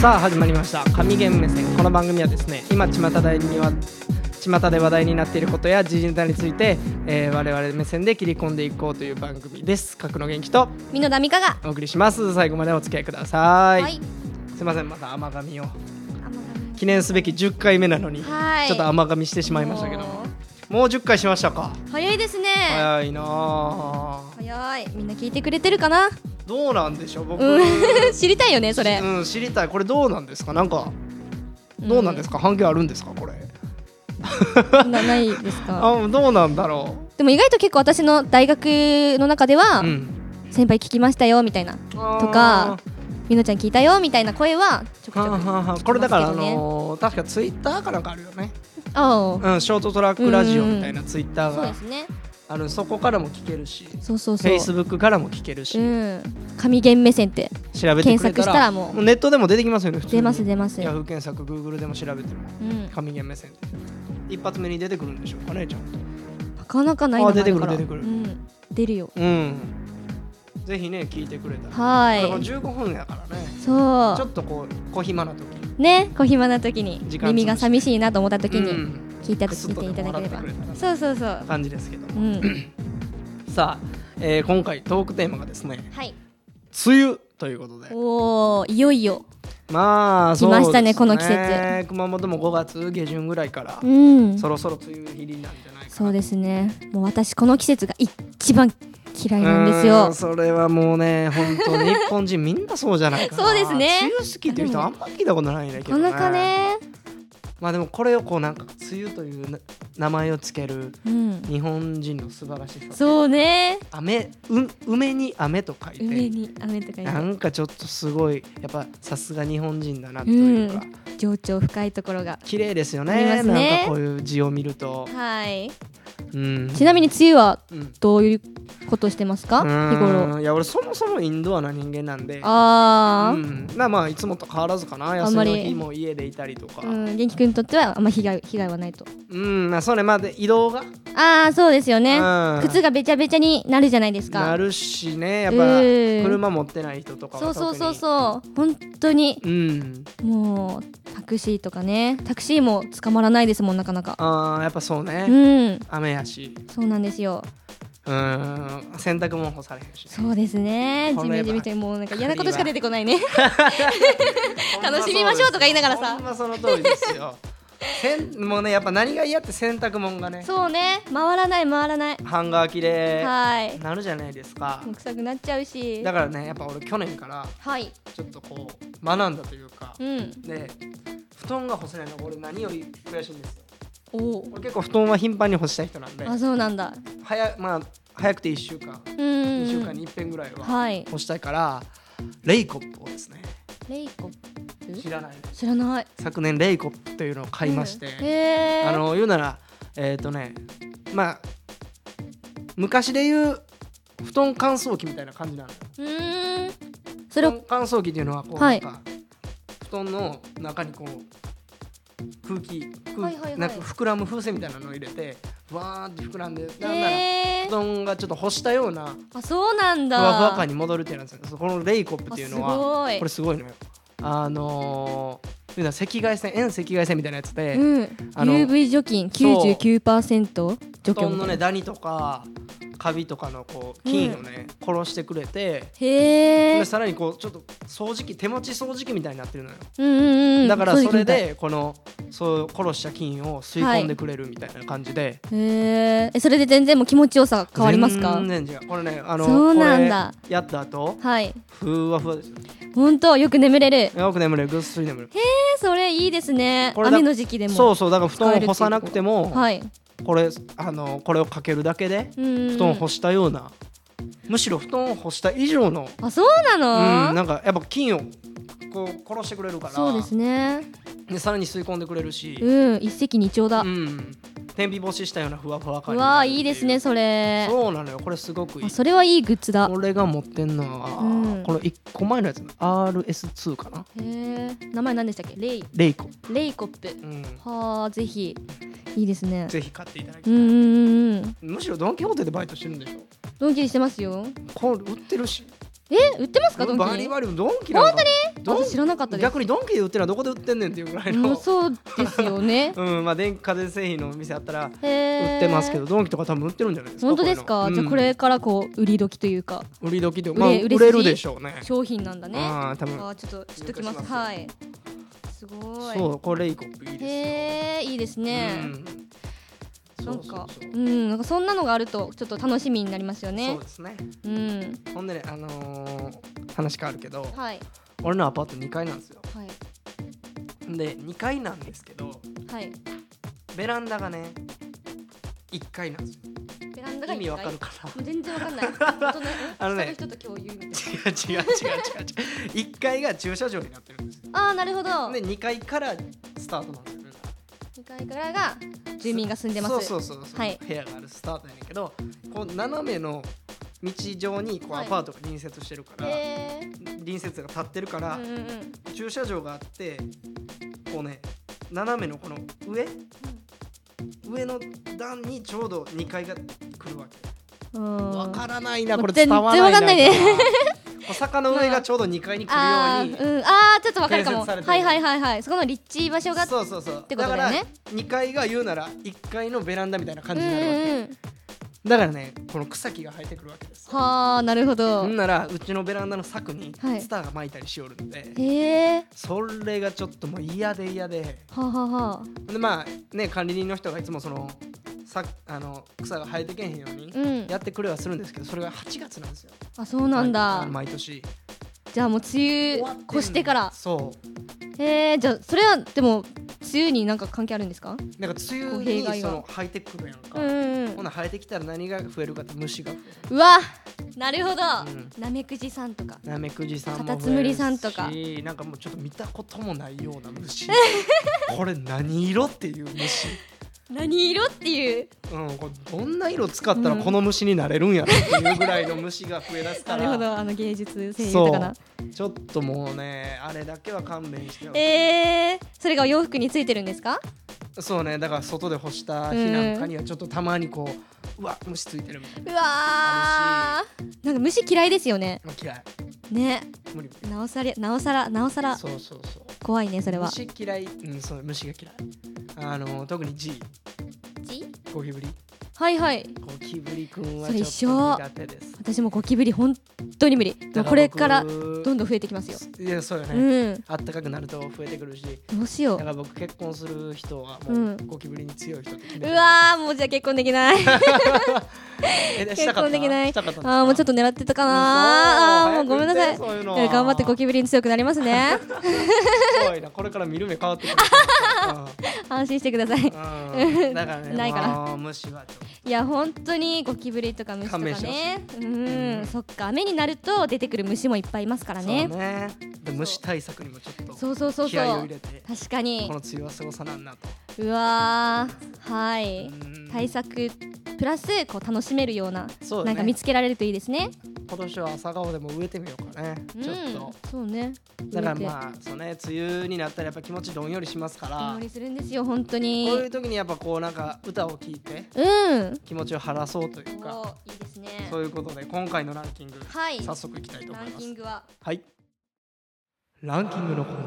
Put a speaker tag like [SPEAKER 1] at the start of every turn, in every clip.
[SPEAKER 1] さあ始まりました神ゲーム目線この番組はですね今巷でには巷で話題になっていることや時事ネタについて、えー、我々目線で切り込んでいこうという番組です格の元気と
[SPEAKER 2] 美濃田美香が
[SPEAKER 1] お送りします最後までお付き合いください、
[SPEAKER 2] はい
[SPEAKER 1] すいませんまた甘噛みを
[SPEAKER 2] 甘噛み
[SPEAKER 1] 記念すべき10回目なのに、
[SPEAKER 2] はい
[SPEAKER 1] ちょっと甘噛みしてしまいましたけども
[SPEAKER 2] も
[SPEAKER 1] もう10回しましたか
[SPEAKER 2] う早いですね
[SPEAKER 1] 早いなあ
[SPEAKER 2] 早いみんな聞いてくれてるかな
[SPEAKER 1] どうなんでしょう僕、
[SPEAKER 2] うん 知りたいよねそれ
[SPEAKER 1] うん、知りたいこれどうなんですかなんかどうなんですか、反響あるんですかこれ
[SPEAKER 2] か なないですか
[SPEAKER 1] あどうなんだろ
[SPEAKER 2] でも意外と結構私の大学の中では
[SPEAKER 1] う、うん、
[SPEAKER 2] 先輩聞きましたよみたいなとか美濃ちゃん聞いたよみたいな声はちょ
[SPEAKER 1] は
[SPEAKER 2] くち
[SPEAKER 1] ん
[SPEAKER 2] ょ
[SPEAKER 1] は
[SPEAKER 2] く
[SPEAKER 1] んはんこれだから、あのー確かツイッターかなんかあるよね、
[SPEAKER 2] ああ
[SPEAKER 1] うん、ショートトラックラジオみたいなツイッター
[SPEAKER 2] そうで
[SPEAKER 1] が
[SPEAKER 2] すね
[SPEAKER 1] あるそこからも聞けるし
[SPEAKER 2] そうそう
[SPEAKER 1] フ
[SPEAKER 2] そう
[SPEAKER 1] ェイスブックからも聞けるし、
[SPEAKER 2] うん神言目線って
[SPEAKER 1] 調べてくれ
[SPEAKER 2] 検索
[SPEAKER 1] た
[SPEAKER 2] し
[SPEAKER 1] ら
[SPEAKER 2] たらもう
[SPEAKER 1] ネットでも出てきますよね普通に
[SPEAKER 2] 出ます出ます
[SPEAKER 1] ヤフー検索グーグルでも調べても
[SPEAKER 2] うん
[SPEAKER 1] 神ゲン目線一発目に出てくるんでしょうかねちゃんと
[SPEAKER 2] なかなかないのがあるから
[SPEAKER 1] あ出てくる出てくる
[SPEAKER 2] うん出るよ
[SPEAKER 1] うんぜひね聞いてくれたら
[SPEAKER 2] は
[SPEAKER 1] これもう
[SPEAKER 2] い
[SPEAKER 1] 15分やからね
[SPEAKER 2] そう
[SPEAKER 1] ちょっとこう小暇な時
[SPEAKER 2] ね、こう暇な時に
[SPEAKER 1] 時間潰して
[SPEAKER 2] 耳が寂しいなと思った時
[SPEAKER 1] う
[SPEAKER 2] に
[SPEAKER 1] ん
[SPEAKER 2] 聞いた
[SPEAKER 1] ク
[SPEAKER 2] と
[SPEAKER 1] ス
[SPEAKER 2] 聞
[SPEAKER 1] ッと
[SPEAKER 2] い
[SPEAKER 1] で
[SPEAKER 2] てい
[SPEAKER 1] も
[SPEAKER 2] ただければ
[SPEAKER 1] 笑ってくれたら
[SPEAKER 2] そうそうそう
[SPEAKER 1] 感じですけど
[SPEAKER 2] う
[SPEAKER 1] も
[SPEAKER 2] ん
[SPEAKER 1] さあ、えー今回トークテーマがですね
[SPEAKER 2] はい
[SPEAKER 1] 梅雨ということで
[SPEAKER 2] おおいよいよ
[SPEAKER 1] まあ
[SPEAKER 2] 来ましたね
[SPEAKER 1] そうです
[SPEAKER 2] この季
[SPEAKER 1] 熊本も5月下旬ぐらいから
[SPEAKER 2] うん
[SPEAKER 1] そろそろ梅雨入りなんじゃないかな
[SPEAKER 2] そうですねもう私この季節が一番嫌いなんですよ
[SPEAKER 1] うーんそれはもうね本当日本人みんなそうじゃないかな
[SPEAKER 2] そうですね
[SPEAKER 1] 梅雨好きっていう人あんま聞いたことないねけど
[SPEAKER 2] なかなかね
[SPEAKER 1] まあでもこれをこうなんか梅雨というな名前をつける
[SPEAKER 2] うん
[SPEAKER 1] 日本人の素晴らしさ
[SPEAKER 2] そうね
[SPEAKER 1] 雨う梅に雨と書いて
[SPEAKER 2] 梅に雨とか
[SPEAKER 1] な
[SPEAKER 2] 言って
[SPEAKER 1] んかちょっとすごいやっぱさすが日本人だなというか、
[SPEAKER 2] 情緒深いところが
[SPEAKER 1] 綺麗ですよ
[SPEAKER 2] ありま
[SPEAKER 1] ね
[SPEAKER 2] すね
[SPEAKER 1] なんかこういう字を見ると、
[SPEAKER 2] はい
[SPEAKER 1] うん、
[SPEAKER 2] ちなみに梅雨は
[SPEAKER 1] うん
[SPEAKER 2] どういうことしてますか
[SPEAKER 1] う
[SPEAKER 2] 日頃
[SPEAKER 1] ーんいや俺そもそもインドアな人間なんで
[SPEAKER 2] あ
[SPEAKER 1] う
[SPEAKER 2] ー
[SPEAKER 1] ん、まあまあいつもと変わらずかな
[SPEAKER 2] あ
[SPEAKER 1] 休
[SPEAKER 2] ん
[SPEAKER 1] み
[SPEAKER 2] ま
[SPEAKER 1] の
[SPEAKER 2] り
[SPEAKER 1] 日も家でいたりとか
[SPEAKER 2] うん元気くんにとってはあんま被害被害はないと
[SPEAKER 1] うん、まあそれまで移動が、
[SPEAKER 2] ああそうですよね
[SPEAKER 1] うん
[SPEAKER 2] 靴がべちゃべちゃになるじゃないですか
[SPEAKER 1] なるしねやっ
[SPEAKER 2] う
[SPEAKER 1] ぱ
[SPEAKER 2] ーん
[SPEAKER 1] 車持ってない人とか
[SPEAKER 2] そ
[SPEAKER 1] は
[SPEAKER 2] うそうそう
[SPEAKER 1] う
[SPEAKER 2] そう本当に
[SPEAKER 1] うん
[SPEAKER 2] もうタクシーとかねタクシーも捕まらないですもんなかなか
[SPEAKER 1] あーやっぱそうね、
[SPEAKER 2] うん
[SPEAKER 1] 雨やし
[SPEAKER 2] そうなんですよ
[SPEAKER 1] うん洗濯も干されへんし
[SPEAKER 2] そうですね
[SPEAKER 1] こ
[SPEAKER 2] ジ
[SPEAKER 1] れは
[SPEAKER 2] メジメしてもうなんか嫌なことしか出てこないね楽しみましょうとか言いながらさ
[SPEAKER 1] ほんまその通りです よせんもうねやっぱ何が嫌って洗濯物がね
[SPEAKER 2] そうね回らない回らない
[SPEAKER 1] ハンガー切れ
[SPEAKER 2] はい
[SPEAKER 1] なるじゃないですか
[SPEAKER 2] もう臭くなっちゃうし
[SPEAKER 1] だからねやっぱ俺去年から
[SPEAKER 2] はい
[SPEAKER 1] ちょっとこう学んだというか、
[SPEAKER 2] うん
[SPEAKER 1] で布団が干せないのが俺何より悔しいんですよ
[SPEAKER 2] おお
[SPEAKER 1] 俺結構布団は頻繁に干したい人なんで
[SPEAKER 2] あそうなんだ
[SPEAKER 1] 早,、まあ、早くて1週間
[SPEAKER 2] うんうん
[SPEAKER 1] 2週
[SPEAKER 2] う
[SPEAKER 1] 間
[SPEAKER 2] ん
[SPEAKER 1] に1遍ぐらいは
[SPEAKER 2] はい
[SPEAKER 1] 干したいから、レイコップをですね
[SPEAKER 2] レイコップ
[SPEAKER 1] 知らない
[SPEAKER 2] 知らない
[SPEAKER 1] 昨年レイコップというのを買いまして、
[SPEAKER 2] うんへー
[SPEAKER 1] あの言うならえっ、とねまあ昔で言う布団乾燥機みたいな感じなのよ
[SPEAKER 2] うーん
[SPEAKER 1] 布
[SPEAKER 2] それを
[SPEAKER 1] 団乾燥機っていうのはこう
[SPEAKER 2] は
[SPEAKER 1] なん
[SPEAKER 2] い
[SPEAKER 1] か、布団の中にこう空気空
[SPEAKER 2] はいはいはい
[SPEAKER 1] なんか膨らむ風船みたいなのを入れてわーって膨らんでなんなら
[SPEAKER 2] へ
[SPEAKER 1] 布
[SPEAKER 2] ー
[SPEAKER 1] 団がちょっと干したような
[SPEAKER 2] あそうなん
[SPEAKER 1] ふ
[SPEAKER 2] だ
[SPEAKER 1] わふわ感に戻るっていうやつなんですよこのレイコップっていうの
[SPEAKER 2] あす
[SPEAKER 1] は
[SPEAKER 2] ごい
[SPEAKER 1] これすごいのよあのー、言うなら赤外線遠赤外線みたいなやつで、
[SPEAKER 2] うん、
[SPEAKER 1] あの
[SPEAKER 2] UV 除菌
[SPEAKER 1] そう
[SPEAKER 2] 99%
[SPEAKER 1] 布
[SPEAKER 2] 除去
[SPEAKER 1] 団
[SPEAKER 2] み
[SPEAKER 1] の
[SPEAKER 2] た
[SPEAKER 1] ね
[SPEAKER 2] いな
[SPEAKER 1] ダニとかカビとかのこう菌をね、殺してくれて
[SPEAKER 2] へえ
[SPEAKER 1] でさらにこうちょっと掃除機手持ち掃除機みたいになってるのよ
[SPEAKER 2] うんうんうん
[SPEAKER 1] だからそれ
[SPEAKER 2] へ
[SPEAKER 1] でこのそう殺した菌を吸い込んでくれるみたいな感じで、
[SPEAKER 2] ーえそれで全然もう気持ちよさ変わりますか
[SPEAKER 1] 全然違うこれねあの
[SPEAKER 2] そうなんだ
[SPEAKER 1] これやった後
[SPEAKER 2] はい
[SPEAKER 1] ふわふわですよ
[SPEAKER 2] 本当よく眠れるえ
[SPEAKER 1] よく眠れるぐっすり眠れる
[SPEAKER 2] それいいですね
[SPEAKER 1] これだ
[SPEAKER 2] 雨の時期でも
[SPEAKER 1] そうそうだから布
[SPEAKER 2] 使
[SPEAKER 1] 団
[SPEAKER 2] え
[SPEAKER 1] を
[SPEAKER 2] るっていう
[SPEAKER 1] 干さなくても、
[SPEAKER 2] はい
[SPEAKER 1] これあのこれをかけるだけで
[SPEAKER 2] 布
[SPEAKER 1] 布団を
[SPEAKER 2] し
[SPEAKER 1] 干したような、むしろ布団を干した以上の、
[SPEAKER 2] あそう
[SPEAKER 1] うん、
[SPEAKER 2] なの、
[SPEAKER 1] なんかやっぱ菌をこう殺してくれるから
[SPEAKER 2] そうですね
[SPEAKER 1] でさらに吸い込んでくれるし、
[SPEAKER 2] うん一石二鳥だ、
[SPEAKER 1] う、
[SPEAKER 2] うん
[SPEAKER 1] 天日干ししたようなふわふわ感に
[SPEAKER 2] わ
[SPEAKER 1] な
[SPEAKER 2] あ
[SPEAKER 1] るって
[SPEAKER 2] いいです
[SPEAKER 1] う
[SPEAKER 2] ねそれ
[SPEAKER 1] そうなのよこれすごくいい
[SPEAKER 2] あそれはいいグッズだ
[SPEAKER 1] 俺が持ってんのは、
[SPEAKER 2] うん
[SPEAKER 1] この1個前のやつ RS2 かな
[SPEAKER 2] へえ名前何でしたっけレイ
[SPEAKER 1] レイコ、
[SPEAKER 2] レイコップ
[SPEAKER 1] うん、
[SPEAKER 2] はあぜひいいですね
[SPEAKER 1] ぜひ買っていただき
[SPEAKER 2] う
[SPEAKER 1] たい、
[SPEAKER 2] んうんうんうん
[SPEAKER 1] むしろドン・キホーテでバイトしてるんでしょ
[SPEAKER 2] ドンキリしてますよ
[SPEAKER 1] こう売ってるし
[SPEAKER 2] え売ってますかドンキ
[SPEAKER 1] バリ
[SPEAKER 2] に
[SPEAKER 1] バリドンキなのかドン
[SPEAKER 2] 私知らなかったです
[SPEAKER 1] 逆にドンキで売ってるのはどこで売ってんねんっていうぐらい
[SPEAKER 2] もう
[SPEAKER 1] の
[SPEAKER 2] そうですよね
[SPEAKER 1] うんまあ電化製品のお店あったら 売
[SPEAKER 2] 売
[SPEAKER 1] ってますけどドンキとか多分売ってるんじゃないですか
[SPEAKER 2] 本当ですか
[SPEAKER 1] ういう
[SPEAKER 2] じ
[SPEAKER 1] の
[SPEAKER 2] ゃあこれからこう売り時というか
[SPEAKER 1] うん売り時と
[SPEAKER 2] 売れ
[SPEAKER 1] まあ
[SPEAKER 2] 売れ
[SPEAKER 1] 売
[SPEAKER 2] 筋
[SPEAKER 1] れるでしょうね
[SPEAKER 2] 商品なんだねあ
[SPEAKER 1] ああ多分
[SPEAKER 2] ーちょっと知っときます
[SPEAKER 1] 了解します
[SPEAKER 2] はいすごい
[SPEAKER 1] そうこれいいコップいいで
[SPEAKER 2] へえいいです
[SPEAKER 1] すよ
[SPEAKER 2] ね、
[SPEAKER 1] うん
[SPEAKER 2] なん
[SPEAKER 1] そう
[SPEAKER 2] か
[SPEAKER 1] そう
[SPEAKER 2] う
[SPEAKER 1] そうん
[SPEAKER 2] なんかそんなのがあるとちょっと楽しみになりますよ
[SPEAKER 1] そ
[SPEAKER 2] ね
[SPEAKER 1] うですね
[SPEAKER 2] うん
[SPEAKER 1] ほんでねあのー話変わるけど
[SPEAKER 2] はい
[SPEAKER 1] 俺のアパート2階なんですよ
[SPEAKER 2] はい
[SPEAKER 1] で2階なんですけど
[SPEAKER 2] はい
[SPEAKER 1] ベランダがね1階なんですよ
[SPEAKER 2] ベランダが
[SPEAKER 1] 意
[SPEAKER 2] いっぱ
[SPEAKER 1] 味わ
[SPEAKER 2] い
[SPEAKER 1] かる
[SPEAKER 2] も
[SPEAKER 1] かな
[SPEAKER 2] う全然わかんない本当ね
[SPEAKER 1] あのね
[SPEAKER 2] 下の人と共有みたいな
[SPEAKER 1] 違う違う違う違う違う1階が駐車場になってるんですよ
[SPEAKER 2] ああーなるほど
[SPEAKER 1] で2階からスタートなんですよ
[SPEAKER 2] 2階からが住民が住んでます
[SPEAKER 1] そうそうそうそう、
[SPEAKER 2] はい
[SPEAKER 1] 部屋があるスタートやねんけどこう斜めの道上にこう
[SPEAKER 2] は
[SPEAKER 1] ア
[SPEAKER 2] い
[SPEAKER 1] パートが隣接してるから、
[SPEAKER 2] へえ
[SPEAKER 1] 隣接が立ってるから、
[SPEAKER 2] うんうんうん
[SPEAKER 1] 駐車場があってこうね斜めのこの上上の段にちょうど2階が来るわけ
[SPEAKER 2] うん
[SPEAKER 1] わからないな
[SPEAKER 2] もう
[SPEAKER 1] これ伝わらない
[SPEAKER 2] 全然わかんないね
[SPEAKER 1] お坂の上がちょうど2階に来
[SPEAKER 2] あ
[SPEAKER 1] るように、
[SPEAKER 2] ーうん、あーちょっとわかるか
[SPEAKER 1] 建
[SPEAKER 2] も
[SPEAKER 1] 設されてる
[SPEAKER 2] はいはいはいはいそこの立地場所が
[SPEAKER 1] そうそうそう
[SPEAKER 2] てことだよね
[SPEAKER 1] だから2階が言うなら1階のベランダみたいな感じになるわけ、
[SPEAKER 2] うんうんうん
[SPEAKER 1] だからねこの草木が生えてくるわけですよ
[SPEAKER 2] はあなるほど、
[SPEAKER 1] ほんならうちのベランダの柵に
[SPEAKER 2] はい
[SPEAKER 1] スターが巻いたりしおるんで、
[SPEAKER 2] へえ
[SPEAKER 1] それがちょっともう嫌で嫌で
[SPEAKER 2] はあ、はあはあ、
[SPEAKER 1] でまあね管理人の人がいつもそのさあの草が生えてけへんように
[SPEAKER 2] うん
[SPEAKER 1] やってくれはするんですけどそれが8月なんですよ
[SPEAKER 2] あそうなんだ、
[SPEAKER 1] 毎毎年
[SPEAKER 2] じゃあもう梅
[SPEAKER 1] 終わ
[SPEAKER 2] 雨
[SPEAKER 1] ってんの
[SPEAKER 2] 越してから
[SPEAKER 1] そう
[SPEAKER 2] へえじゃあそれはでも梅雨になんか関係あるんですか
[SPEAKER 1] なんか梅雨
[SPEAKER 2] こう弊害
[SPEAKER 1] にそ
[SPEAKER 2] が
[SPEAKER 1] の生えてくるやんか、
[SPEAKER 2] うんうんう
[SPEAKER 1] ほ
[SPEAKER 2] ん
[SPEAKER 1] な生えてきたら何が増えるかって虫が増える
[SPEAKER 2] うわなるほど、
[SPEAKER 1] ん
[SPEAKER 2] なめくじさんとか
[SPEAKER 1] ナメクジさんも
[SPEAKER 2] カタツムリさんとか
[SPEAKER 1] 増えるしなんかもうちょっと見たこともないような 虫これ何色っていう虫
[SPEAKER 2] 何色っていう
[SPEAKER 1] うん、これどんな色使ったらこの虫になれるんやろっていうぐらいの虫が増えだすか
[SPEAKER 2] な
[SPEAKER 1] ら
[SPEAKER 2] るほどあの芸術声優
[SPEAKER 1] そ
[SPEAKER 2] とかな
[SPEAKER 1] うちょっともうねあれだけは勘弁してよ
[SPEAKER 2] えー、それがお洋服についてるんですか
[SPEAKER 1] そうねだから外で干した日なんかにはちょっとたまにこううわ虫ついてるみたいう
[SPEAKER 2] わーなんか虫嫌いですよね
[SPEAKER 1] な嫌い
[SPEAKER 2] ね
[SPEAKER 1] 無理無
[SPEAKER 2] なおさりなおさらなおさ
[SPEAKER 1] 理
[SPEAKER 2] ら
[SPEAKER 1] そうそうそう
[SPEAKER 2] 怖いねそれは
[SPEAKER 1] 虫嫌いうんそう虫が嫌いあの特に G ゴキブリ
[SPEAKER 2] はいはい
[SPEAKER 1] ゴキブリくんは
[SPEAKER 2] それ一
[SPEAKER 1] ち
[SPEAKER 2] 緒
[SPEAKER 1] ょっと苦手です
[SPEAKER 2] 私もゴキブリ本当に無理もうこれからど
[SPEAKER 1] ど
[SPEAKER 2] んどん増えてきますよ
[SPEAKER 1] いやそうよね、
[SPEAKER 2] うん
[SPEAKER 1] あったかくなると増えてくるし
[SPEAKER 2] どうしよ
[SPEAKER 1] だか
[SPEAKER 2] う
[SPEAKER 1] ら僕結婚する人はもう
[SPEAKER 2] うん
[SPEAKER 1] ゴキブリに強い人って決めて
[SPEAKER 2] う
[SPEAKER 1] る
[SPEAKER 2] わーもうじゃあ結婚できない
[SPEAKER 1] えしたかった
[SPEAKER 2] 結婚できない
[SPEAKER 1] したかったんですか
[SPEAKER 2] あーもうちょっと狙ってたかなあーもう
[SPEAKER 1] 嘘
[SPEAKER 2] ごめんなさい
[SPEAKER 1] 早く言ってそういうの
[SPEAKER 2] いや頑張ってゴキブリに強くなりま すね
[SPEAKER 1] 怖いなこれから見る目変わってくる
[SPEAKER 2] 安心してください
[SPEAKER 1] うん うんだからね
[SPEAKER 2] ないから
[SPEAKER 1] もう虫はちょっと
[SPEAKER 2] いや本当にゴキブリとか虫とか
[SPEAKER 1] 勘弁してほ
[SPEAKER 2] ねう
[SPEAKER 1] うん
[SPEAKER 2] んそっか雨になると出てくる虫もいっぱいいますから
[SPEAKER 1] そう
[SPEAKER 2] ね
[SPEAKER 1] ねで虫対策にもちょっと
[SPEAKER 2] そうそうそう
[SPEAKER 1] 気
[SPEAKER 2] そ
[SPEAKER 1] 合を入
[SPEAKER 2] う
[SPEAKER 1] れて
[SPEAKER 2] 確かに
[SPEAKER 1] この梅雨は過ごさなんなと
[SPEAKER 2] うわーは
[SPEAKER 1] う
[SPEAKER 2] い
[SPEAKER 1] ん
[SPEAKER 2] 対策プラスこう楽しめるような
[SPEAKER 1] そう
[SPEAKER 2] な
[SPEAKER 1] ね
[SPEAKER 2] んか見つけられるといいですね
[SPEAKER 1] 今年は朝顔でも植えてみようかね
[SPEAKER 2] うん
[SPEAKER 1] ちょっと
[SPEAKER 2] そうね
[SPEAKER 1] だからまあそうね梅雨になったらやっぱ気持ちどんよりしますから
[SPEAKER 2] ありするんですよ本当
[SPEAKER 1] こういう
[SPEAKER 2] に
[SPEAKER 1] 時にやっぱこうなんか歌を聴いて
[SPEAKER 2] うん
[SPEAKER 1] 気持ちを晴らそうというか
[SPEAKER 2] おいいですね
[SPEAKER 1] そういうことで今回のランキング
[SPEAKER 2] はい
[SPEAKER 1] 早速いきたいと思
[SPEAKER 2] ラ
[SPEAKER 1] い
[SPEAKER 2] ン
[SPEAKER 1] ま
[SPEAKER 2] キ
[SPEAKER 1] す
[SPEAKER 2] ングは
[SPEAKER 1] はいランキングのコーナー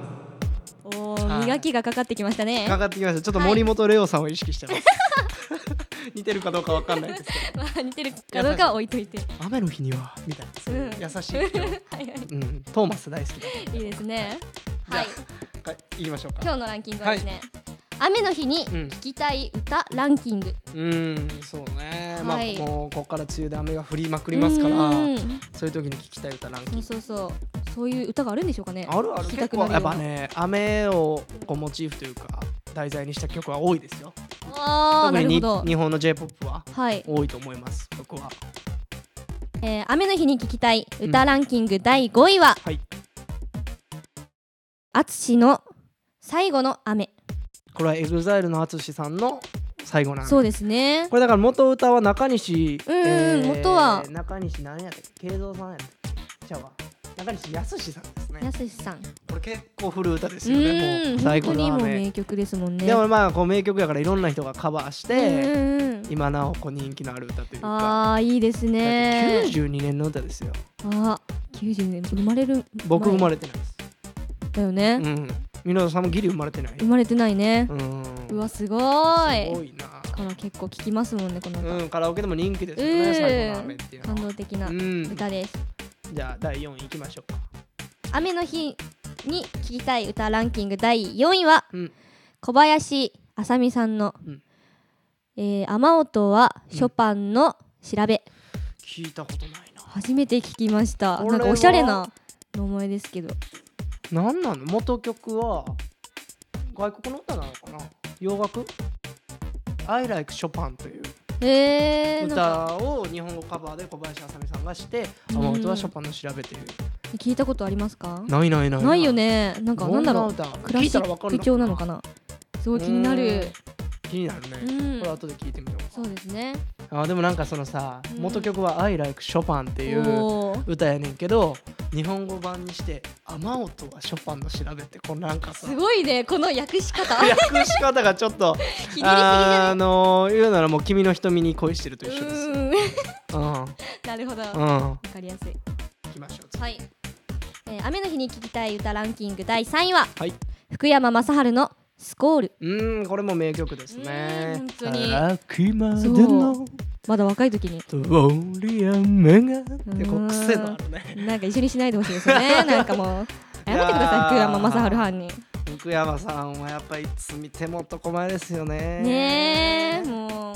[SPEAKER 2] お
[SPEAKER 1] は
[SPEAKER 2] ー
[SPEAKER 1] い
[SPEAKER 2] 磨きがかかってきましたね
[SPEAKER 1] かかってきましたちょっと森本レオさんを意識してます、 似てるかどうかわかんないですけど
[SPEAKER 2] まあ似てるかどうかは置いといて
[SPEAKER 1] 雨の日にはみたいなそういう優しい、
[SPEAKER 2] はいは
[SPEAKER 1] うん、トーマス大好きだか
[SPEAKER 2] いいいですね
[SPEAKER 1] ら
[SPEAKER 2] はい
[SPEAKER 1] じゃあはい行きましょうか
[SPEAKER 2] 今日のランキングはですね雨の日に
[SPEAKER 1] うん
[SPEAKER 2] 聞きたい歌ランキング
[SPEAKER 1] うーんそうね、
[SPEAKER 2] はい
[SPEAKER 1] まあもうここから梅雨で雨が降りまくりますから
[SPEAKER 2] うん
[SPEAKER 1] そういう時に聞きたい歌ランキン
[SPEAKER 2] そう
[SPEAKER 1] グ
[SPEAKER 2] そうそうそういう歌があるんでしょうかね
[SPEAKER 1] あるある
[SPEAKER 2] 聞き
[SPEAKER 1] 結
[SPEAKER 2] たくな
[SPEAKER 1] 構
[SPEAKER 2] る
[SPEAKER 1] や
[SPEAKER 2] よ
[SPEAKER 1] っ
[SPEAKER 2] うな
[SPEAKER 1] ぱね雨をこうモチーフというか題材にした曲は多いですよ
[SPEAKER 2] ああ
[SPEAKER 1] 特
[SPEAKER 2] な
[SPEAKER 1] に
[SPEAKER 2] るほ
[SPEAKER 1] に
[SPEAKER 2] ど
[SPEAKER 1] 日本の j p o p は
[SPEAKER 2] はい、
[SPEAKER 1] 多いと思います僕は
[SPEAKER 2] えー、雨の日に聞きたい歌ランキング第5位は
[SPEAKER 1] はい
[SPEAKER 2] 淳、の最後の雨
[SPEAKER 1] これは EXILE の淳さんの最後なん
[SPEAKER 2] そうですね
[SPEAKER 1] これだから元歌は中西、
[SPEAKER 2] うんうん元は
[SPEAKER 1] 中西なんやったっけ慶三さんやったっけじゃあわ中西康さんですね
[SPEAKER 2] やすしさん
[SPEAKER 1] これ結構古い歌ですよね
[SPEAKER 2] う
[SPEAKER 1] も
[SPEAKER 2] ん
[SPEAKER 1] う
[SPEAKER 2] 本
[SPEAKER 1] 最
[SPEAKER 2] 当
[SPEAKER 1] 後
[SPEAKER 2] に
[SPEAKER 1] の
[SPEAKER 2] もう
[SPEAKER 1] 雨、
[SPEAKER 2] 名曲ですもんね
[SPEAKER 1] でもまあこう名曲やからいろんな人がカバーし
[SPEAKER 2] うんう
[SPEAKER 1] て、
[SPEAKER 2] んうん
[SPEAKER 1] 今なおこう人気のある歌というか
[SPEAKER 2] あーいいです
[SPEAKER 1] だって
[SPEAKER 2] ね
[SPEAKER 1] 92年の歌ですよ
[SPEAKER 2] あー90年生まれる
[SPEAKER 1] 僕生ま
[SPEAKER 2] れ
[SPEAKER 1] れてないです
[SPEAKER 2] だよね、
[SPEAKER 1] うんミノさんもギリ生まれてない
[SPEAKER 2] 生まれてないね
[SPEAKER 1] う、ん
[SPEAKER 2] うわすご
[SPEAKER 1] す
[SPEAKER 2] ー
[SPEAKER 1] ご
[SPEAKER 2] い
[SPEAKER 1] いな
[SPEAKER 2] から結構聞きますもんねこの歌、
[SPEAKER 1] うんカラオケでも人気ですよ
[SPEAKER 2] う
[SPEAKER 1] ね
[SPEAKER 2] ん
[SPEAKER 1] 最後の雨っていうの
[SPEAKER 2] 感
[SPEAKER 1] は
[SPEAKER 2] 動的な
[SPEAKER 1] うん
[SPEAKER 2] 歌です、
[SPEAKER 1] じゃあ第4位いきましょうか
[SPEAKER 2] 雨の日に聴きたい歌ランキング第4位は
[SPEAKER 1] うん
[SPEAKER 2] 小林あさみさんの、
[SPEAKER 1] うん
[SPEAKER 2] えー雨音はショパンの調べ、
[SPEAKER 1] 聞いたことない
[SPEAKER 2] 初めて聞きました
[SPEAKER 1] これ
[SPEAKER 2] な
[SPEAKER 1] は
[SPEAKER 2] んかおしゃれな名前ですけど
[SPEAKER 1] ななんなの元曲は外国の歌なのかな洋楽 I like Chopin という
[SPEAKER 2] えー、なんか
[SPEAKER 1] 歌を日本語カバーで小林あさみさんがして
[SPEAKER 2] うん
[SPEAKER 1] 雨音はショパンの調べという
[SPEAKER 2] 聞いたことありますか
[SPEAKER 1] ないないない
[SPEAKER 2] ないよねなんかなんだろう
[SPEAKER 1] どんな歌
[SPEAKER 2] クラシ
[SPEAKER 1] 聞いたらわ
[SPEAKER 2] ッ
[SPEAKER 1] か
[SPEAKER 2] ク
[SPEAKER 1] る
[SPEAKER 2] 調なのかなすごい気になる
[SPEAKER 1] 気になるね
[SPEAKER 2] う、ん
[SPEAKER 1] これ後で聞いてみよう
[SPEAKER 2] そうですね
[SPEAKER 1] あでもなんかそのさ、
[SPEAKER 2] うん
[SPEAKER 1] 元曲は「I like Chopin」っていう
[SPEAKER 2] おー
[SPEAKER 1] 歌やねんけど日本語版にして「雨音はショパンの調べ」ってこうなんかさ
[SPEAKER 2] すごいねこの訳し方ひね
[SPEAKER 1] 訳し方がちょっ と
[SPEAKER 2] りすぎじ
[SPEAKER 1] あ
[SPEAKER 2] ゃ
[SPEAKER 1] の言うならもう「君の瞳に恋してる」と
[SPEAKER 2] な
[SPEAKER 1] 一
[SPEAKER 2] い
[SPEAKER 1] 緒です
[SPEAKER 2] う
[SPEAKER 1] う
[SPEAKER 2] ーん
[SPEAKER 1] んうん
[SPEAKER 2] なるほどわ
[SPEAKER 1] 行
[SPEAKER 2] かりやすい
[SPEAKER 1] きましょう
[SPEAKER 2] はい、えー雨の日に聴きたい歌ランキング第3位は、
[SPEAKER 1] はい
[SPEAKER 2] 福山雅治の「スコール
[SPEAKER 1] うーんこれも名曲ですね
[SPEAKER 2] うん本当に
[SPEAKER 1] あくまでの」
[SPEAKER 2] まだ若い時に
[SPEAKER 1] 通り雨がってこう癖のあるね
[SPEAKER 2] なんか一緒にしないでほしいです よねなんかもう謝ってください福山雅治派に
[SPEAKER 1] 福山さんはやっぱいつ見ても男前ですよね
[SPEAKER 2] ねえもう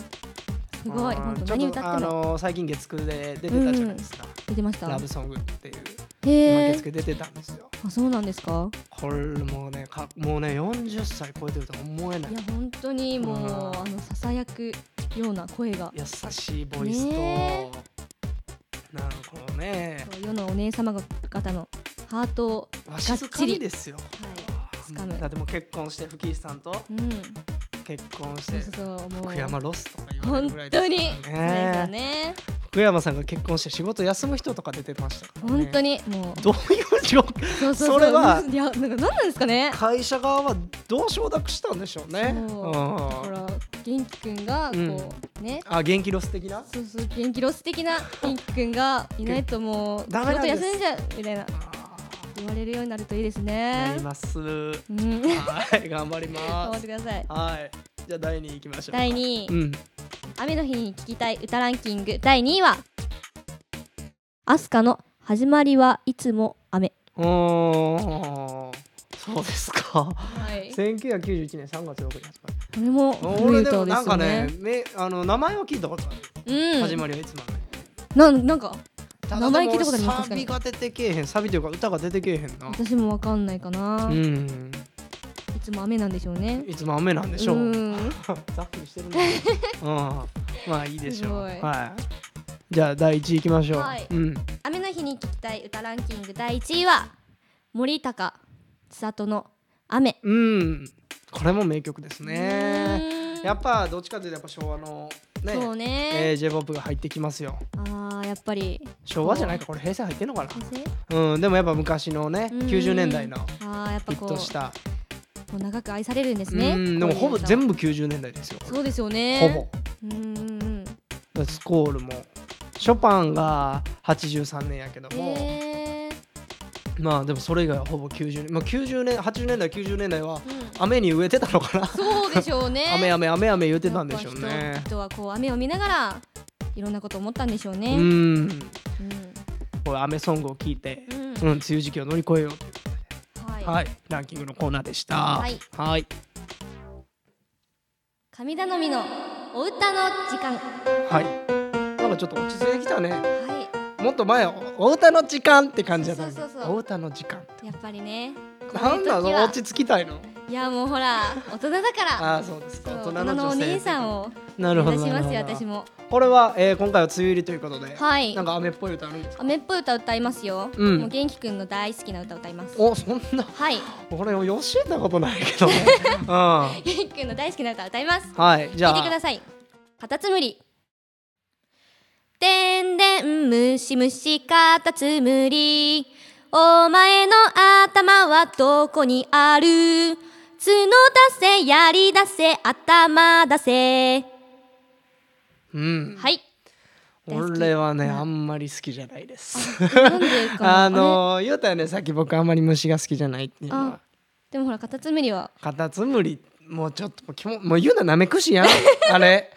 [SPEAKER 2] すごい
[SPEAKER 1] うん
[SPEAKER 2] 本
[SPEAKER 1] ち
[SPEAKER 2] 当
[SPEAKER 1] ょっと
[SPEAKER 2] 何歌って
[SPEAKER 1] あ
[SPEAKER 2] も
[SPEAKER 1] の最近月9で出てたじゃないですか、
[SPEAKER 2] 出てました
[SPEAKER 1] ラブソングっていう、
[SPEAKER 2] へ
[SPEAKER 1] 今
[SPEAKER 2] え
[SPEAKER 1] 月9出てたんですよ
[SPEAKER 2] あそうなんですか
[SPEAKER 1] これもうねかもうね40歳超えてるとは思えない
[SPEAKER 2] いや本当にもう
[SPEAKER 1] うん
[SPEAKER 2] あのささやくような声が
[SPEAKER 1] 優しいボイスと、
[SPEAKER 2] ね
[SPEAKER 1] なんかこのね
[SPEAKER 2] そう世のお姉様方のハートを
[SPEAKER 1] わしづかみですよ
[SPEAKER 2] い掴む
[SPEAKER 1] だってもう結婚して吹石さんと
[SPEAKER 2] うん
[SPEAKER 1] 結婚し
[SPEAKER 2] そう
[SPEAKER 1] て
[SPEAKER 2] そうそうもう
[SPEAKER 1] 福山ロスとか言われ
[SPEAKER 2] 本
[SPEAKER 1] るぐらいで
[SPEAKER 2] 当
[SPEAKER 1] す
[SPEAKER 2] に
[SPEAKER 1] から
[SPEAKER 2] そう
[SPEAKER 1] ね
[SPEAKER 2] ですよね
[SPEAKER 1] 福山さんが結婚して仕事休む人とか出てましたから、ね、
[SPEAKER 2] 本当にもう
[SPEAKER 1] どういう状況
[SPEAKER 2] そうそう
[SPEAKER 1] そ
[SPEAKER 2] う
[SPEAKER 1] れ はい
[SPEAKER 2] やなんか何なんですかね
[SPEAKER 1] 会社側はどう承諾したんでしょうね。
[SPEAKER 2] そううんだから元気くんがこうね
[SPEAKER 1] あ元気ロス的な
[SPEAKER 2] そうそう元気ロス的な元気くんがいないともう仕
[SPEAKER 1] ダメなん
[SPEAKER 2] 事
[SPEAKER 1] です
[SPEAKER 2] 休んじゃうみたいな言われるようになるといいです
[SPEAKER 1] な
[SPEAKER 2] ね
[SPEAKER 1] ります。は
[SPEAKER 2] うん 頑
[SPEAKER 1] い頑張り ま
[SPEAKER 2] 張って
[SPEAKER 1] す。
[SPEAKER 2] ください
[SPEAKER 1] はいじゃあ第二位行きましょう。
[SPEAKER 2] 第2位
[SPEAKER 1] うん
[SPEAKER 2] 雨の日に聴きたい歌ランキング第2位はアスカの始まりはいつも雨
[SPEAKER 1] うーんそうですか。
[SPEAKER 2] はい
[SPEAKER 1] 1991年3月6日ですか。
[SPEAKER 2] これも古
[SPEAKER 1] 俺
[SPEAKER 2] い
[SPEAKER 1] で
[SPEAKER 2] 歌
[SPEAKER 1] も
[SPEAKER 2] で
[SPEAKER 1] なん
[SPEAKER 2] す
[SPEAKER 1] か
[SPEAKER 2] よ
[SPEAKER 1] ね
[SPEAKER 2] ね
[SPEAKER 1] めあの名前は聞いたことある。
[SPEAKER 2] うん
[SPEAKER 1] 始まりはいつもね。
[SPEAKER 2] なんなんか
[SPEAKER 1] ただ
[SPEAKER 2] 名前聞いたことあります
[SPEAKER 1] でもサビが出てけえへんサビというか歌が出てけえへんな。
[SPEAKER 2] 私もわかんないかな、
[SPEAKER 1] う
[SPEAKER 2] い
[SPEAKER 1] ん
[SPEAKER 2] つも雨なんでしょうね
[SPEAKER 1] いつも雨なんでしょう。
[SPEAKER 2] ん
[SPEAKER 1] ざっくりしてる ね。うん。まあいいでしょう。
[SPEAKER 2] すごい
[SPEAKER 1] はい。じゃあ第一位いきましょう。
[SPEAKER 2] はい
[SPEAKER 1] うん。
[SPEAKER 2] 雨の日に聴きたい歌ランキング第1位は森高千里の雨
[SPEAKER 1] うん。これも名曲ですね。
[SPEAKER 2] ね
[SPEAKER 1] やっぱどっちかというとやっぱ昭和のね、
[SPEAKER 2] そうね、
[SPEAKER 1] えー、J-POP が入ってきますよ。
[SPEAKER 2] あーやっぱり
[SPEAKER 1] 昭和じゃないかこれ平成入ってんのかな
[SPEAKER 2] 先。生
[SPEAKER 1] うん。でもやっぱ昔のね、
[SPEAKER 2] うん
[SPEAKER 1] 90年代の
[SPEAKER 2] あーやっぱ
[SPEAKER 1] ヒッ
[SPEAKER 2] こ
[SPEAKER 1] トし
[SPEAKER 2] う
[SPEAKER 1] た。
[SPEAKER 2] もう長く愛されるんです
[SPEAKER 1] う
[SPEAKER 2] ね
[SPEAKER 1] ん。でもほぼ全
[SPEAKER 2] 部
[SPEAKER 1] 部90年代ですよ。
[SPEAKER 2] そうですよね
[SPEAKER 1] ほぼ。
[SPEAKER 2] うんうんうん
[SPEAKER 1] だからスコールも。ショパンが83年やけども、
[SPEAKER 2] えー
[SPEAKER 1] まあでもそれ以外はほぼ90年、まあ、90年80年代90年代は
[SPEAKER 2] うん、
[SPEAKER 1] 雨に植えてたのかな
[SPEAKER 2] そうでしょうね
[SPEAKER 1] 雨雨雨雨言っ
[SPEAKER 2] や
[SPEAKER 1] てたんでしょう
[SPEAKER 2] っぱ
[SPEAKER 1] ね
[SPEAKER 2] 人人はこう雨を見ながらいろんなこと思ったんでしょう
[SPEAKER 1] う
[SPEAKER 2] ね、
[SPEAKER 1] ん
[SPEAKER 2] うん
[SPEAKER 1] これ雨ソングを聞いて
[SPEAKER 2] うん
[SPEAKER 1] うん梅雨時期を乗り越えようという
[SPEAKER 2] はい、
[SPEAKER 1] はいランキングのコーナーでした
[SPEAKER 2] はい
[SPEAKER 1] はい
[SPEAKER 2] 神頼みのお歌の時間は
[SPEAKER 1] はいなんかちょっと落ち着いてきたね
[SPEAKER 2] い
[SPEAKER 1] もっと前お歌の時間って感じだった
[SPEAKER 2] そうそうそう
[SPEAKER 1] お歌の時間
[SPEAKER 2] やっぱりねこう
[SPEAKER 1] ないん
[SPEAKER 2] う
[SPEAKER 1] だ
[SPEAKER 2] 時
[SPEAKER 1] ろう
[SPEAKER 2] は
[SPEAKER 1] 落ち着きたいの
[SPEAKER 2] いやもうほら大人だから
[SPEAKER 1] ああそうですか
[SPEAKER 2] そう
[SPEAKER 1] 大
[SPEAKER 2] 大
[SPEAKER 1] 人の
[SPEAKER 2] 人のお
[SPEAKER 1] 女性
[SPEAKER 2] 姉さんを
[SPEAKER 1] な
[SPEAKER 2] 目
[SPEAKER 1] るほ
[SPEAKER 2] 指
[SPEAKER 1] ど
[SPEAKER 2] しますよ
[SPEAKER 1] なるほ
[SPEAKER 2] 私
[SPEAKER 1] ど
[SPEAKER 2] も
[SPEAKER 1] これはえー今回は梅雨入りということで
[SPEAKER 2] はい
[SPEAKER 1] なんか雨っぽい歌あるんですか
[SPEAKER 2] 雨っぽい歌歌いますよ、
[SPEAKER 1] うん
[SPEAKER 2] もう元気くんの大好きな歌歌います
[SPEAKER 1] おそんな
[SPEAKER 2] はい
[SPEAKER 1] 俺を教えたことないけ どねうんは
[SPEAKER 2] 元気くんの大好きな歌歌います
[SPEAKER 1] いじゃ
[SPEAKER 2] 聞い
[SPEAKER 1] あ
[SPEAKER 2] てくださいカタツムリでんでんむしむしカタツムリお前の頭はどこにある角出せ槍出せ頭出せは
[SPEAKER 1] うん
[SPEAKER 2] い大好き
[SPEAKER 1] 俺はねあんまり好きじゃないです
[SPEAKER 2] なんでかな
[SPEAKER 1] あの言うたよねさっき僕あんまり虫が好きじゃないっていうの
[SPEAKER 2] あ
[SPEAKER 1] は
[SPEAKER 2] でもほらカタツムリは
[SPEAKER 1] カタツムリもうちょっともうきももう言うななめくじやん あれ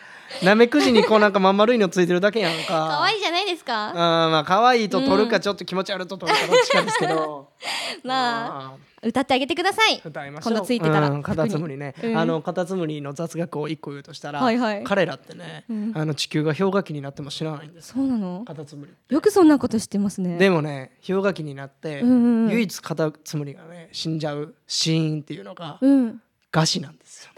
[SPEAKER 1] なめくじにこうなんかまん丸いのついてるだけやんか
[SPEAKER 2] 可愛い
[SPEAKER 1] い
[SPEAKER 2] じゃないです
[SPEAKER 1] あー
[SPEAKER 2] か
[SPEAKER 1] まあ可愛いと取るかちょっと気持ち悪いと取るかどっちかですけど
[SPEAKER 2] まあ
[SPEAKER 1] あー
[SPEAKER 2] 歌ってあげてください
[SPEAKER 1] 歌いましょう
[SPEAKER 2] 今度ついてから
[SPEAKER 1] うんカタツムリね、
[SPEAKER 2] うん
[SPEAKER 1] あのカタツムリの雑学を一個言うとしたら、
[SPEAKER 2] はいはい
[SPEAKER 1] 彼らってね、
[SPEAKER 2] うん
[SPEAKER 1] あの地球が氷河期になっても知らないんですよ
[SPEAKER 2] そうなの
[SPEAKER 1] カタツムリ
[SPEAKER 2] よくそんなこと知ってますね
[SPEAKER 1] でもね氷河期になって、
[SPEAKER 2] うんうんうん
[SPEAKER 1] 唯一カタツムリがね死んじゃう死因っていうのが
[SPEAKER 2] うん
[SPEAKER 1] 餓死なんですよね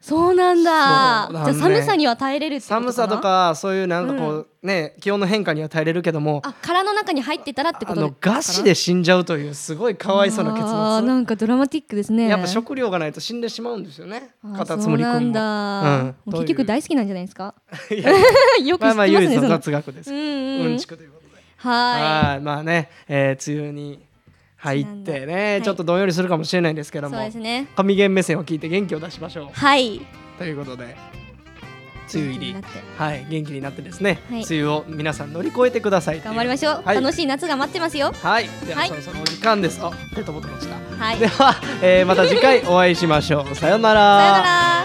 [SPEAKER 2] そうなんだ
[SPEAKER 1] そうだ
[SPEAKER 2] じゃ
[SPEAKER 1] ね
[SPEAKER 2] あ寒さには耐えれるってことかな
[SPEAKER 1] 寒さとかそういうなんかこう、ね気温の変化には耐えれるけども
[SPEAKER 2] あ殻の中に入ってたらってこ
[SPEAKER 1] あ
[SPEAKER 2] と
[SPEAKER 1] の餓死で死んじゃうというすごいかわいそうな結
[SPEAKER 2] あー
[SPEAKER 1] 末
[SPEAKER 2] なんかドラマティックですね
[SPEAKER 1] やっぱ食料がないと死んでしまうんですよね
[SPEAKER 2] あー
[SPEAKER 1] カタツムリく
[SPEAKER 2] そうん
[SPEAKER 1] も
[SPEAKER 2] なんだ、
[SPEAKER 1] うん
[SPEAKER 2] もう結
[SPEAKER 1] とい
[SPEAKER 2] 局
[SPEAKER 1] う
[SPEAKER 2] 大好きなんじゃないですか
[SPEAKER 1] いや まあ
[SPEAKER 2] よく知っ
[SPEAKER 1] ま
[SPEAKER 2] てま
[SPEAKER 1] あ
[SPEAKER 2] すね
[SPEAKER 1] 唯一の
[SPEAKER 2] その
[SPEAKER 1] 雑学です
[SPEAKER 2] うん
[SPEAKER 1] うん、
[SPEAKER 2] うん
[SPEAKER 1] ちくということで。
[SPEAKER 2] は
[SPEAKER 1] はい、まあね、えー、梅雨に入ってね、
[SPEAKER 2] い
[SPEAKER 1] ちょっとどんよりするかもしれないんですけ
[SPEAKER 2] ーい
[SPEAKER 1] ども、
[SPEAKER 2] そうですね
[SPEAKER 1] 神言目線を聞いて元気を出しましょ
[SPEAKER 2] はい梅
[SPEAKER 1] うということで、梅雨入り
[SPEAKER 2] なっ、て
[SPEAKER 1] はい、元気になってですね、
[SPEAKER 2] はい
[SPEAKER 1] 梅雨を皆さん乗り越えてくださいっていう
[SPEAKER 2] 頑張りましょう、
[SPEAKER 1] はい
[SPEAKER 2] 楽しい夏が待ってますよ
[SPEAKER 1] はい、では
[SPEAKER 2] はい
[SPEAKER 1] そろそろお時間です。あ、ペットボトル落ちた。
[SPEAKER 2] はい
[SPEAKER 1] で
[SPEAKER 2] さよ
[SPEAKER 1] は、えー、また次回お会いしましょう。
[SPEAKER 2] うな。ら